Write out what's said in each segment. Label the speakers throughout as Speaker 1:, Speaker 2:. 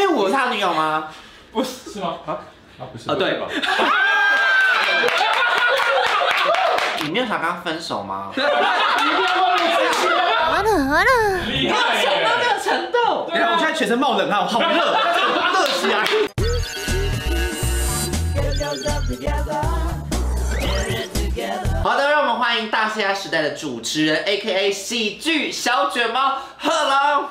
Speaker 1: 哎我是他女友吗？
Speaker 2: 不是是吗？啊啊不是
Speaker 1: 啊对
Speaker 2: 吧？
Speaker 1: 你没有想跟他分手 吗？
Speaker 3: 啊
Speaker 4: 好了好了，
Speaker 2: 厉
Speaker 5: 没有
Speaker 2: 害
Speaker 5: 想到
Speaker 2: 耶！
Speaker 5: 这个程度。
Speaker 6: 等一下，我现在全身冒冷汗，我好热，热啊起来。
Speaker 1: 好的，让我们欢迎大虾时代的主持人，A K A 喜剧小卷猫贺龙。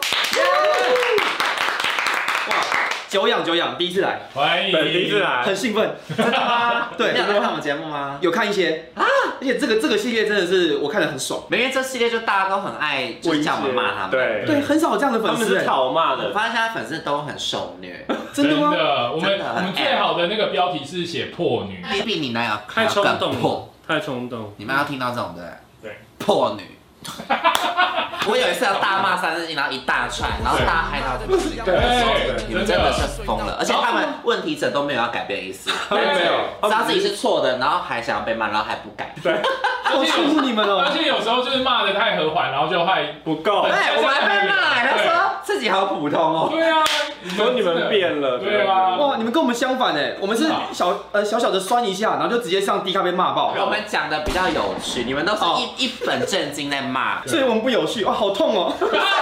Speaker 6: 久仰久仰，第一次来，
Speaker 2: 欢迎，
Speaker 3: 本地
Speaker 6: 很
Speaker 3: 是来，
Speaker 6: 兴奋。
Speaker 1: 真的吗？
Speaker 6: 对
Speaker 1: 你有在看我们节目吗？
Speaker 6: 有看一些啊，而且这个这个系列真的是我看得很爽。
Speaker 1: 没，因为这系列就大家都很爱，就是叫我们骂他们。，
Speaker 3: 对，
Speaker 6: 对，很少有这样的
Speaker 3: 他
Speaker 6: 粉
Speaker 3: 们
Speaker 6: 丝
Speaker 3: 是
Speaker 6: 欸，
Speaker 3: 讨骂
Speaker 1: 我
Speaker 3: 的，
Speaker 1: 发现现在粉丝都很受虐，
Speaker 6: 真的吗？
Speaker 2: 我们
Speaker 1: 真的
Speaker 2: 我们最好的那个标题是写破女，
Speaker 1: 你比你男友还
Speaker 3: 太
Speaker 1: 要
Speaker 3: 冲
Speaker 1: 更
Speaker 3: 动
Speaker 1: 啊破
Speaker 3: 了。，太冲动。
Speaker 1: 你们要听到这种对不对？
Speaker 3: 对，
Speaker 1: 破 女。我有一次要大骂三字经，然后一大串，然后大家嗨到不行，你们
Speaker 2: 对，
Speaker 1: 真
Speaker 2: 真
Speaker 1: 的
Speaker 2: 的。
Speaker 1: 是疯了，而且他们问题者都没有要改变的意 思，
Speaker 3: 他们没有，
Speaker 1: 知道自己是错的，然后还想要被骂，然后还不 改。
Speaker 6: 好辛苦你们
Speaker 2: 而
Speaker 6: 哦。
Speaker 2: 且有时候就是骂的太和缓，然后就害。
Speaker 3: 不够，
Speaker 1: 哎对，我哎们还被骂，他说自己好普通哦。
Speaker 2: 对啊，
Speaker 3: 说你们 变了，
Speaker 2: 对啊
Speaker 6: 哇，你们跟我们相反哎，我们是小呃小小的酸一下，然后就直接上 D 咖被骂爆，
Speaker 1: 我们讲的比较有趣，你们都是
Speaker 6: 哦
Speaker 1: 一一本正经在骂。
Speaker 6: 所以我们不有趣哇，好痛哦。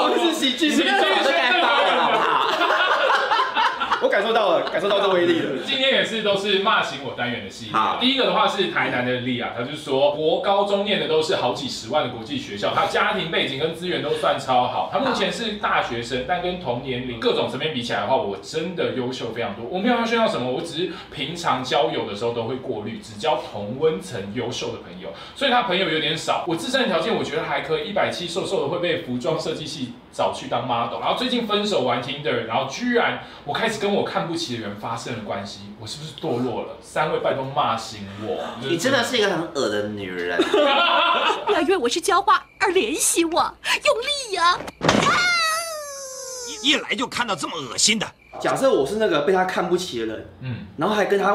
Speaker 6: 我们是喜剧
Speaker 1: 你
Speaker 6: 系
Speaker 1: 们
Speaker 6: 列
Speaker 1: 这，种就该发了好不好？
Speaker 6: 我感受到了，感受到这威力了。
Speaker 2: 今天也是都是骂醒我单元的系列
Speaker 1: 好。
Speaker 2: 第一个的话是台南的莉亚，她就说国高中念的都是好几十万的国际学校，她家庭背景跟资源都算超好。她目前是大学生，但跟同年龄各种层面比起来的话，我真的优秀非常多。我没有要炫耀什么，我只是平常交友的时候都会过滤，只交同温层优秀的朋友，所以她朋友有点少。我自身的条件我觉得还可以，一百七瘦瘦的会被服装设计系找去当 model，然后最近分手玩 Tinder，然后居然我开始跟我看不起的人发生了关系，我是不是堕落了？三位拜托骂醒我！
Speaker 1: 你真的是一个很恶的女人。
Speaker 4: 不要因为我是浇花而怜惜我，用力呀、
Speaker 7: 一来就看到这么恶心的，
Speaker 6: 假设我是那个被他看不起的人，
Speaker 2: 嗯，
Speaker 6: 然后还跟他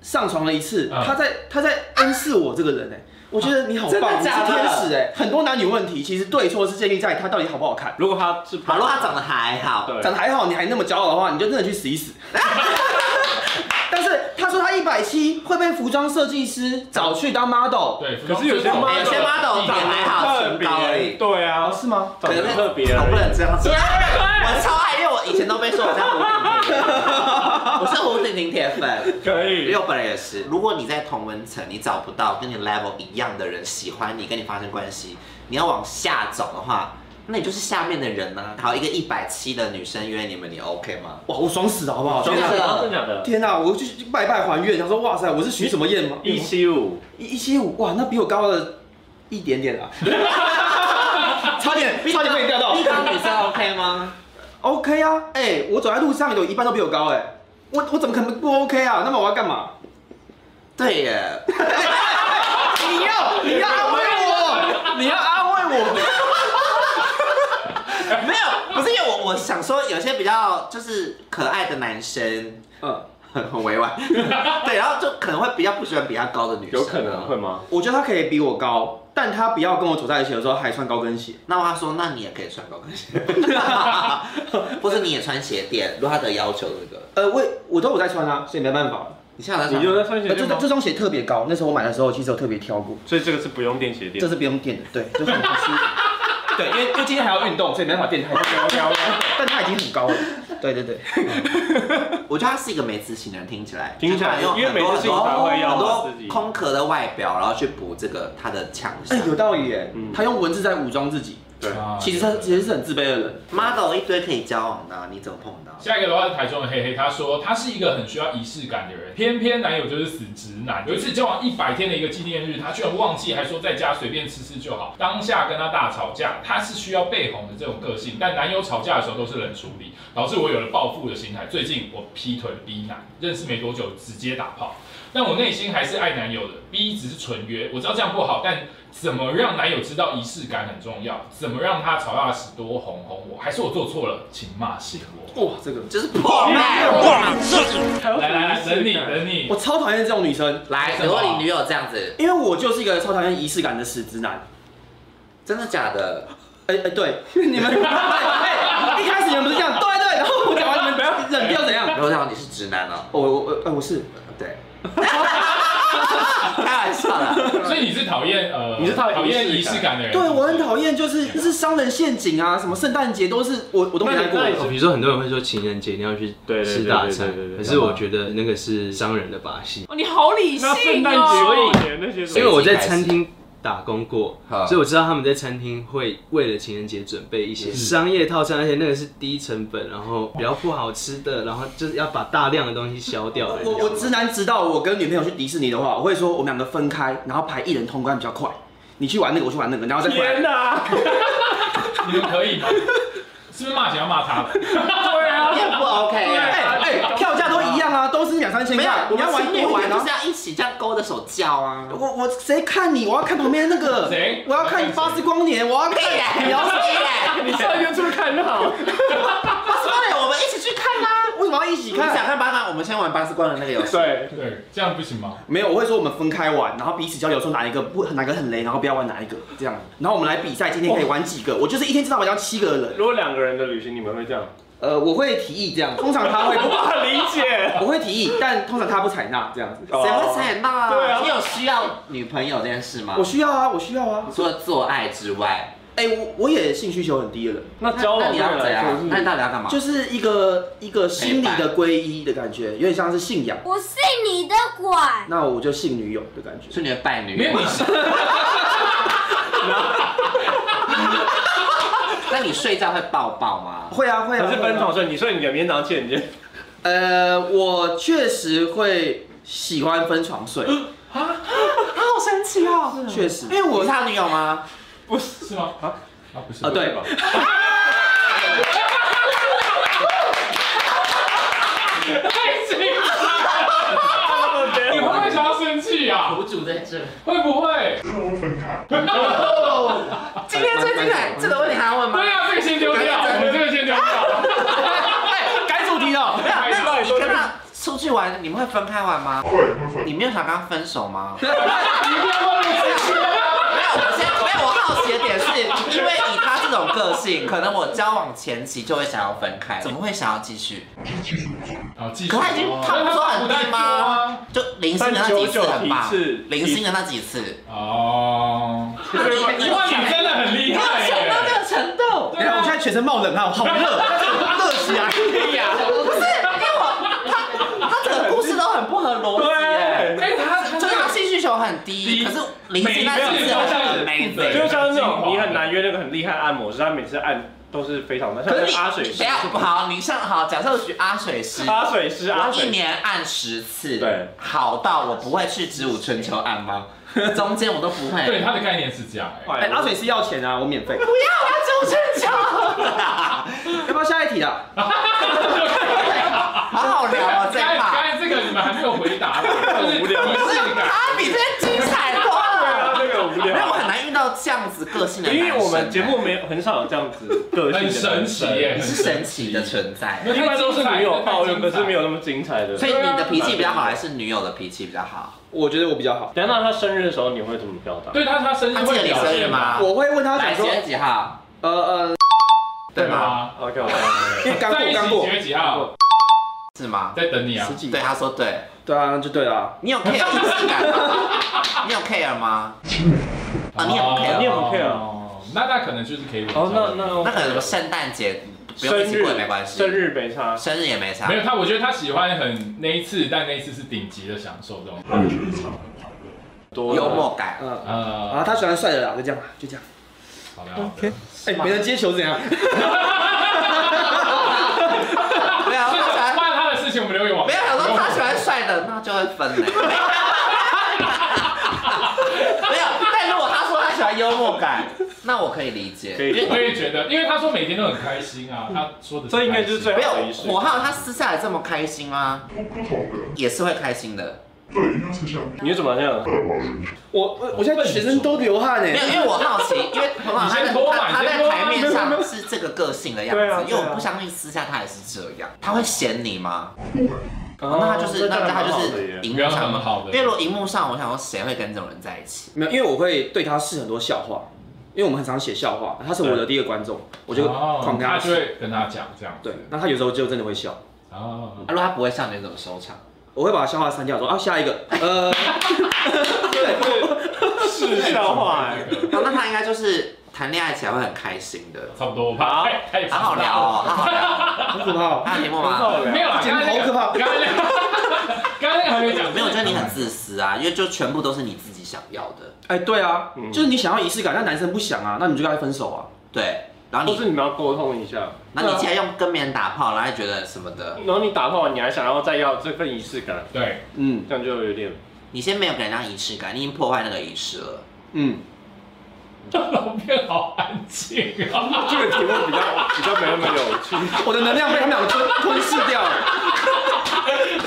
Speaker 6: 上床了一次，
Speaker 2: 嗯
Speaker 6: 他在他在恩视我这个人哎、我觉得你好
Speaker 1: 啊真的
Speaker 6: 棒，你是
Speaker 1: 假的
Speaker 6: 天使哎、很多男女问题其实对错是建立在他到底好不好看。
Speaker 3: 如果他是
Speaker 1: 马洛他长得还好，
Speaker 3: 对
Speaker 6: 长得还好，你还那么骄傲的话，你就真的去死一死。 但是他说他一百七会被服装设计师找去当 model，
Speaker 2: 对，
Speaker 3: 可是有些
Speaker 2: 服装
Speaker 3: model- 啊
Speaker 1: 有些 model 长得还好，
Speaker 3: 特
Speaker 1: 身高而
Speaker 3: 别，
Speaker 1: 已。
Speaker 3: 对啊，
Speaker 6: 是吗？
Speaker 3: 长得特别
Speaker 1: 我不能
Speaker 3: 而
Speaker 1: 这样子。我超爱，因为我以前都被说我在胡婷婷，我是胡婷婷铁粉。
Speaker 3: 已，可
Speaker 1: 因
Speaker 3: 以
Speaker 1: 为。我本人也是，如果你在同文层，你找不到跟你 level 一样的人喜欢你，跟你发生关系，你要往下走的话，那你就是下面的人呢、好，一个一百七的女生约你们，你 OK 吗？
Speaker 6: 哇，我爽死了，好不好？
Speaker 1: 爽死了
Speaker 3: 真的假的？
Speaker 6: 天哪、我就去拜拜还愿，想说哇塞，我是徐什么燕吗？
Speaker 3: 一七五，
Speaker 6: 一一七五，哇，那比我高了一点点啊，差点差点被你钓到
Speaker 1: 一。般女生 OK 吗？
Speaker 6: OK 啊，哎、我走在路上有一半都比我高哎、我我怎么可能不 OK 啊？那么我要干嘛？
Speaker 1: 对耶，
Speaker 6: 你要你要安慰我，你要安慰我，
Speaker 1: 没有，不是因为我我想说，有些比较就是可爱的男生
Speaker 6: 嗯，
Speaker 1: 很很委婉， 对，然后就可能会比较不喜欢比较高的女生，
Speaker 3: 有可能会。吗？
Speaker 6: 我觉得他可以比我高，但他不要跟我走在一起的时候还穿高跟鞋。
Speaker 1: 那他说，那你也可以穿高跟 鞋，或者你也穿鞋垫，如果他的要求这个，
Speaker 6: 呃，我也我都有在穿啊，所以没办法。
Speaker 1: 你现在有在
Speaker 3: 你就在穿
Speaker 6: 呃
Speaker 3: 鞋
Speaker 6: 这
Speaker 3: 垫
Speaker 6: 这
Speaker 3: 吗？
Speaker 6: 这双鞋特别高，那时候我买的时候其实有特别挑过，
Speaker 3: 所以这个是不用垫鞋垫
Speaker 6: 这。是不用垫的，对，就很不舒服。 对，因为因为今天还要运动，所以没办法垫太高。但他已经很高了。对 对对，
Speaker 1: 我觉得他是一个没自信的人，听起来
Speaker 3: 听起来
Speaker 1: 就是他用
Speaker 3: 因为没自信才会要
Speaker 1: 很多
Speaker 3: 把
Speaker 1: 很
Speaker 3: 自
Speaker 1: 多
Speaker 3: 己
Speaker 1: 空壳的外表，然后去补这个他的强项
Speaker 6: 哎、。有道理哎、
Speaker 3: 嗯
Speaker 6: 他用文字在武装自己，
Speaker 3: 对
Speaker 2: 啊
Speaker 6: 其实他其实是很自卑的人。
Speaker 1: model 一堆可以交往的啊，你怎么碰到？
Speaker 2: 下一个的话是台中的黑黑，他说他是一个很需要仪式感的人，偏偏男友就是死直男。有一次交往一百天的一个纪念日，他居然忘记，还说在家随便吃吃就好。当下跟他大吵架，他是需要被哄的这种个性，但男友吵架的时候都是冷处理，导致我有了报复的心态。最近我劈腿逼男，认识没多久直接打炮，但我内心还是爱男友的。逼只是纯约，我知道这样不好，但怎么让男友知道仪式感很重要？怎么让他吵架时多哄哄我？还是我做错了，请骂醒我。
Speaker 6: 哇，这个
Speaker 1: 就是破灭。
Speaker 7: 哇，这
Speaker 2: 来来来，等 你等你
Speaker 6: 我，超讨厌这种女生，
Speaker 3: 哎
Speaker 1: 来，
Speaker 2: 什么
Speaker 1: 如果你女友这样子，
Speaker 6: 因为我就是一个超讨厌仪式感的死直男。
Speaker 1: 真的假的？
Speaker 6: 哎哎， 对，你们 哎，一开始你们不是这样，对对，然后我讲完你们不要忍掉怎样？
Speaker 1: 罗导，你是直男哦？
Speaker 6: 我我我哎我是，
Speaker 1: 对，开玩笑啦。
Speaker 2: 所以你是讨厌呃，
Speaker 3: 你是讨厌
Speaker 2: 讨厌仪
Speaker 3: 仪
Speaker 2: 式
Speaker 3: 式
Speaker 2: 感的人？
Speaker 6: 对我很讨厌，就是这是商人陷阱啊，什么圣诞节都是我我都没
Speaker 3: 那你
Speaker 6: 来过
Speaker 3: 那你。
Speaker 5: 哦比如说很多人会说情人节你要去
Speaker 3: 对对对
Speaker 5: 吃大
Speaker 3: 对
Speaker 5: 餐
Speaker 3: 对对，对
Speaker 5: 可是我觉得那个是商人的把戏，
Speaker 8: 哦，你好理性
Speaker 3: 那圣诞节
Speaker 8: 哦。
Speaker 3: 我以前那些什么
Speaker 5: 因为我在餐厅打工过
Speaker 1: 好，
Speaker 5: 所以我知道他们在餐厅会为了情人节准备一些商业套餐，而且那个是低成本，然后比较不好吃的，然后就是要把大量的东西消掉的。
Speaker 6: 我我直男直到我跟女朋友去迪士尼的话，我会说我们两个分开，然后排一人通关比较快。你去玩那个，我去玩那个，然后再回来
Speaker 3: 天。哪，
Speaker 2: 你们可以吗？是不是骂起来要骂他？
Speaker 3: 对 啊，
Speaker 1: 也不 OK
Speaker 6: 哎
Speaker 1: 啊。
Speaker 6: 哎，票价都一样啊，都是两三千
Speaker 1: 没有
Speaker 6: 块，。
Speaker 1: 我
Speaker 6: 你要
Speaker 1: 们
Speaker 6: 玩
Speaker 1: 玩
Speaker 6: 多
Speaker 1: 没
Speaker 6: 一
Speaker 1: 玩哦
Speaker 6: 点
Speaker 1: 就
Speaker 6: 啊
Speaker 1: 是。要一起这样勾着手叫啊。
Speaker 6: 我我谁看你？我要看旁边那个。
Speaker 2: 谁
Speaker 6: 我要看《巴斯光年》，我要
Speaker 1: 必然，
Speaker 6: 看。你要
Speaker 1: 必 然。
Speaker 3: 你上月初看到，
Speaker 1: 巴斯光年，我们一起去看啊啦。
Speaker 6: 啊为什么要一起
Speaker 1: 你想
Speaker 6: 看？
Speaker 1: 看巴斯光，我们先玩巴斯光的那个 游戏。
Speaker 3: 对，
Speaker 2: 对，这样不行吗？
Speaker 6: 没有，我会说我们分开玩，然后彼此交流，说哪一个不哪个很雷，然后不要玩哪一个这样。然后我们来比赛，今天可以玩几个？我就是一天至少玩到七个人。
Speaker 3: 如果两个人的旅行，你们会这样？
Speaker 6: 呃，我会提议这样，通常他会
Speaker 3: 我
Speaker 6: 不，
Speaker 3: 无法理解。
Speaker 6: 我会提议，但通常他不采纳这样子。
Speaker 1: 谁会采纳？
Speaker 3: 对啊
Speaker 1: 你有需要女朋友这件事吗
Speaker 6: 我？需要啊，我需要啊。
Speaker 1: 除了做爱之外，
Speaker 6: 哎、我我也性需求很低的人，
Speaker 3: 那交
Speaker 1: 那
Speaker 3: 往
Speaker 1: 你
Speaker 3: 对
Speaker 1: 要
Speaker 3: 你
Speaker 1: 怎
Speaker 3: 来说
Speaker 1: 样？那你
Speaker 3: 是
Speaker 1: 到底要干嘛？
Speaker 6: 就是一个一个心理的皈依的感觉，有点像是信仰。
Speaker 9: 我信你的鬼！
Speaker 6: 那我就信女友的感觉。
Speaker 1: 是你的伴侣
Speaker 2: 没有，
Speaker 1: 吗
Speaker 2: 你是
Speaker 1: 那你睡觉会抱抱吗？
Speaker 6: 会啊会啊，
Speaker 3: 还是
Speaker 6: 会啊
Speaker 3: 分床睡？你睡你的棉囊见你
Speaker 6: 呃，我确实会喜欢分床睡，
Speaker 3: 嗯
Speaker 6: 啊
Speaker 3: 啊
Speaker 1: 他啊好神奇哦！
Speaker 6: 确实。
Speaker 1: 因为我是哦他女友吗？
Speaker 2: 不是是吗？啊啊不是
Speaker 6: 啊，对，
Speaker 2: 太辛苦 了，你会不会想要生气啊？
Speaker 1: 苦主在这。
Speaker 2: 会不会？
Speaker 1: 今天最精彩，这个问题还要问吗？
Speaker 2: 对啊，这个先丢掉，我们这个先丢掉。
Speaker 6: 哎改主题了。哎
Speaker 1: 没有，那你跟他出去玩，你们会分开玩吗？会，会。你没有想跟他分手吗？没有，
Speaker 2: 你不要忘了自己啊！
Speaker 1: 我先没有。我好奇的点是，因为以他这种个性，可能我交往前期就会想要分开，怎么会想要继续？
Speaker 2: 好，继续。
Speaker 1: 可他已经他不是说很低吗？就零星的那几次很棒
Speaker 3: 但九九几次，
Speaker 1: 零星的那几次。
Speaker 2: 哦，你哇，你真的很
Speaker 6: 哎
Speaker 2: 厉害耶！
Speaker 1: 个程度，
Speaker 6: 等一下，我现在全身冒冷汗，我 好热，热起来。
Speaker 1: 不是因为我他他整个故事都很不合逻辑耶。
Speaker 2: 哎，他他
Speaker 1: 就是他兴趣球很低，
Speaker 2: 低
Speaker 1: 可是零星那几次很
Speaker 2: 每一次都
Speaker 1: amazing。
Speaker 2: 这样
Speaker 3: 就像那种你很难约那个很厉害按摩师，他每次按都是非常难。像
Speaker 1: 可是
Speaker 3: 那
Speaker 1: 你
Speaker 3: 个阿水师
Speaker 1: 等一，下好，你像好，假设我举阿水师，
Speaker 3: 阿水师，阿
Speaker 1: 我一
Speaker 3: 水师，
Speaker 1: 年按十次，
Speaker 3: 对，
Speaker 1: 好到我不会去植物春秋按 吗？中间我都不会。
Speaker 2: 对他的概念是这样哎。
Speaker 6: 哎，阿水是要钱啊，我免费。
Speaker 1: 不要啊，植物春秋，
Speaker 6: 要不要下一题啊？
Speaker 1: 好 好聊啊，这
Speaker 2: 刚才
Speaker 1: 一趴
Speaker 2: 刚。才这个你们还没有 回答，就是仪式感。
Speaker 1: 啊，比这精彩多了。
Speaker 3: 这个无
Speaker 1: 没有，我
Speaker 3: 聊。
Speaker 1: 很难遇到这样子个性的男
Speaker 3: 啊因
Speaker 1: 生。
Speaker 3: 为我们节目没有很少有这样子个性的
Speaker 2: 很
Speaker 3: 男生
Speaker 2: 神奇耶，
Speaker 1: 你是神奇的存在，
Speaker 2: 那
Speaker 3: 一般都是女友抱怨，
Speaker 2: 太精彩
Speaker 3: 可是没有那么精彩的。
Speaker 1: 所以你的脾气比较好，还是女友的脾气比较好？
Speaker 6: 我觉得我比较好，
Speaker 3: 等一下那他生日的时候，你会怎么表达？
Speaker 2: 对他他生日
Speaker 1: 他记
Speaker 2: 会
Speaker 1: 得你
Speaker 2: 表
Speaker 1: 生日
Speaker 2: 现吗？
Speaker 1: 吗？
Speaker 6: 我会问他
Speaker 1: 来几
Speaker 6: 讲说，
Speaker 1: 月几号？
Speaker 6: 呃呃，
Speaker 1: 对吗？
Speaker 2: 吗？
Speaker 3: ，OK，我
Speaker 6: 因为刚
Speaker 2: 在
Speaker 6: 过
Speaker 2: 一起
Speaker 6: 刚过
Speaker 2: 几，月几号？
Speaker 1: 是吗？
Speaker 2: 在等你啊
Speaker 6: 十。几
Speaker 1: 对，，他说对。
Speaker 6: 对啊，那就对了。
Speaker 1: 你有 care 仪式感吗？你有 care 吗？啊，你有
Speaker 2: 哦
Speaker 1: care？
Speaker 3: 你也不 care
Speaker 2: 哦那那可能就是可以。
Speaker 3: 哦，那那
Speaker 1: 那可能什么圣诞节不用一
Speaker 3: 生
Speaker 1: 起过也
Speaker 3: 日
Speaker 1: 没关系，
Speaker 3: 生日没差。
Speaker 1: 生日也没差
Speaker 2: 没。有他，我觉得他喜欢很那一次，但那一次是顶级的享受这种。
Speaker 1: 嗯
Speaker 3: 多
Speaker 1: 幽默感，
Speaker 6: 嗯，啊，
Speaker 2: 呃，
Speaker 6: 他喜欢帅的啦，就这样吧，就这样。
Speaker 2: 好的，好的
Speaker 6: 哎，没人接球怎样？
Speaker 1: 没有，他喜欢
Speaker 2: 骂他的事情我们留言网。
Speaker 1: 没有想说他喜欢帅的，那就会分嘞。没有，但如果他说他喜欢幽默感，那我可以理解。
Speaker 3: 可以
Speaker 1: 因
Speaker 2: 我
Speaker 1: 为
Speaker 2: 也觉得，因为他说每天都很开心啊，他说的。
Speaker 3: 嗯这应该就是最
Speaker 1: 没有
Speaker 3: 好的仪式
Speaker 1: 火。浩，他私下也这么开心吗？不不同的，也是会开心的。
Speaker 3: 你怎么这样？
Speaker 6: 我我我现在全身都流汗
Speaker 1: 没有，
Speaker 6: 哎。
Speaker 1: 因为我好奇，因为火浩他
Speaker 2: 你
Speaker 1: 在
Speaker 2: 先脱嘛
Speaker 1: 他他
Speaker 2: 你先
Speaker 1: 在
Speaker 2: 脱啊
Speaker 1: 台面
Speaker 3: 没有没有
Speaker 1: 上
Speaker 3: 没
Speaker 1: 是这个个性的样
Speaker 3: 对啊
Speaker 1: 子，
Speaker 3: 对啊
Speaker 1: 因为我不相信私下他也是这样。他会嫌你吗？
Speaker 3: 哦
Speaker 1: 那他就是那他就
Speaker 3: 这样蛮好的耶
Speaker 1: 是荧
Speaker 2: 不要
Speaker 1: 幕
Speaker 2: 那么
Speaker 1: 上
Speaker 2: 好的
Speaker 1: 因为如果荧幕上，我想说谁会跟这种人在一起？
Speaker 6: 没有，因为我会对他试很多笑话，因为我们很常写笑话，他是我的第一个观众，我就狂跟
Speaker 2: 哦他
Speaker 6: 他
Speaker 2: 就
Speaker 6: 笑。
Speaker 2: 会跟他讲这样子。
Speaker 6: 对，那他有时候就真的会笑，
Speaker 2: 啊，
Speaker 1: 啊如果他不会上，你怎么收场？
Speaker 6: 我会把笑话删掉，说啊下一个，呃，
Speaker 3: 是笑话哎。
Speaker 1: 啊那他应该就是谈恋爱起来会很开心的。
Speaker 2: 差不多吧。太太
Speaker 1: 好好聊哦，好好聊。
Speaker 6: 好可怕哦。
Speaker 1: 还有题目吗？
Speaker 2: 没有啦，
Speaker 6: 节
Speaker 2: 刚
Speaker 6: 目
Speaker 2: 刚那个
Speaker 6: 好可怕
Speaker 2: 刚刚那个，刚刚那个还没讲。
Speaker 1: 没有，我觉得你很自私啊，因为就全部都是你自己想要的。
Speaker 6: 哎，对啊，就是你想要仪式感，但男生不想啊，那你就跟他分手啊。
Speaker 1: 对，然后
Speaker 3: 都
Speaker 1: 你
Speaker 3: 是啊你们要沟通一下，
Speaker 1: 那你既然用跟别人打炮，然后还觉得什么的，
Speaker 3: 然后你打炮，你还想要再要这份仪式感，
Speaker 2: 对，
Speaker 6: 嗯
Speaker 3: 这样就有点
Speaker 1: 你先没有给人家仪式感，你已经破坏那个仪式了。
Speaker 6: 嗯，
Speaker 2: 老片好安静啊。
Speaker 3: 这个题目比较比较没那么有趣。
Speaker 6: 我的能量被他们两个吞吞噬掉了。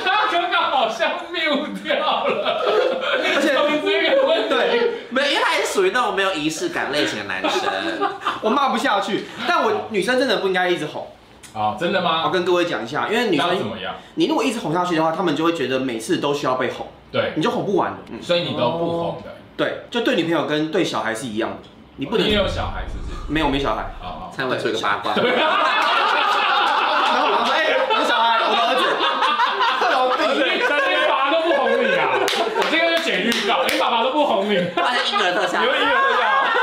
Speaker 2: 他刚刚好像 mute 掉了，而
Speaker 6: 且
Speaker 2: 总之有问题。
Speaker 6: 对，
Speaker 1: 没有，因为他也是属于那种没有仪式感类型的男生。
Speaker 6: 我骂不下去，但我女生真的不应该一直哄。
Speaker 2: 啊，真的
Speaker 6: 我
Speaker 2: 吗？
Speaker 6: 跟各位讲一下，因为女
Speaker 2: 那怎
Speaker 6: 生
Speaker 2: 么样？
Speaker 6: 你如果一直哄下去的话，她们就会觉得每次都需要被哄，
Speaker 2: 对，
Speaker 6: 你就哄不完的。嗯，
Speaker 2: 所以你都不红的，
Speaker 6: 对，就对女朋友跟对小孩是一样的，你不能
Speaker 2: 你也有小孩是不是？
Speaker 6: 没有没小孩。
Speaker 2: 啊，
Speaker 1: 猜我出一个八卦，
Speaker 6: 然后我妈说，哎、我的小孩，我的儿子，我的儿
Speaker 2: 你连爸爸都不哄你啊！我这个就剪预告，连爸爸都不哄 你。
Speaker 1: 发现婴儿特效
Speaker 3: 你。们一个会笑，
Speaker 6: 子，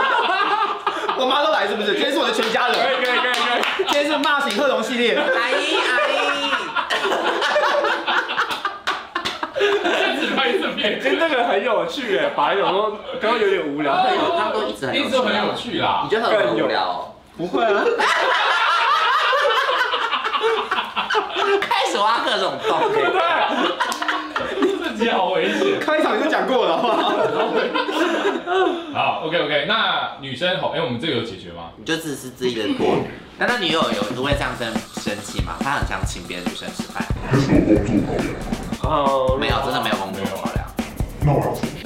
Speaker 6: 我妈都来是不是？今天是我的全家
Speaker 3: 可
Speaker 6: 人，
Speaker 3: 以可以可以可以。
Speaker 6: 今天是骂醒贺龙系列。
Speaker 1: 阿姨阿姨，
Speaker 2: 只拍这片，
Speaker 3: 今天这哎个很有趣哎，本来想说刚刚有点无聊，但有
Speaker 1: 他们都一直很有趣啊
Speaker 2: 一直很
Speaker 1: 你。觉
Speaker 2: 有趣啦
Speaker 1: 得很无聊哦？
Speaker 3: 不会啊，
Speaker 1: 开始挖各种洞，
Speaker 2: 自己好危险。
Speaker 6: 开场就讲过了，好不好？
Speaker 2: 好，OK OK，那女生哄，哎，我们这个有解决吗？
Speaker 1: 你就自私自利的过。那那女友有因为这样生生气吗？她很常请别的女生吃饭，
Speaker 3: 哦
Speaker 1: 没有，真的没有工作好聊。
Speaker 8: 那我要出去。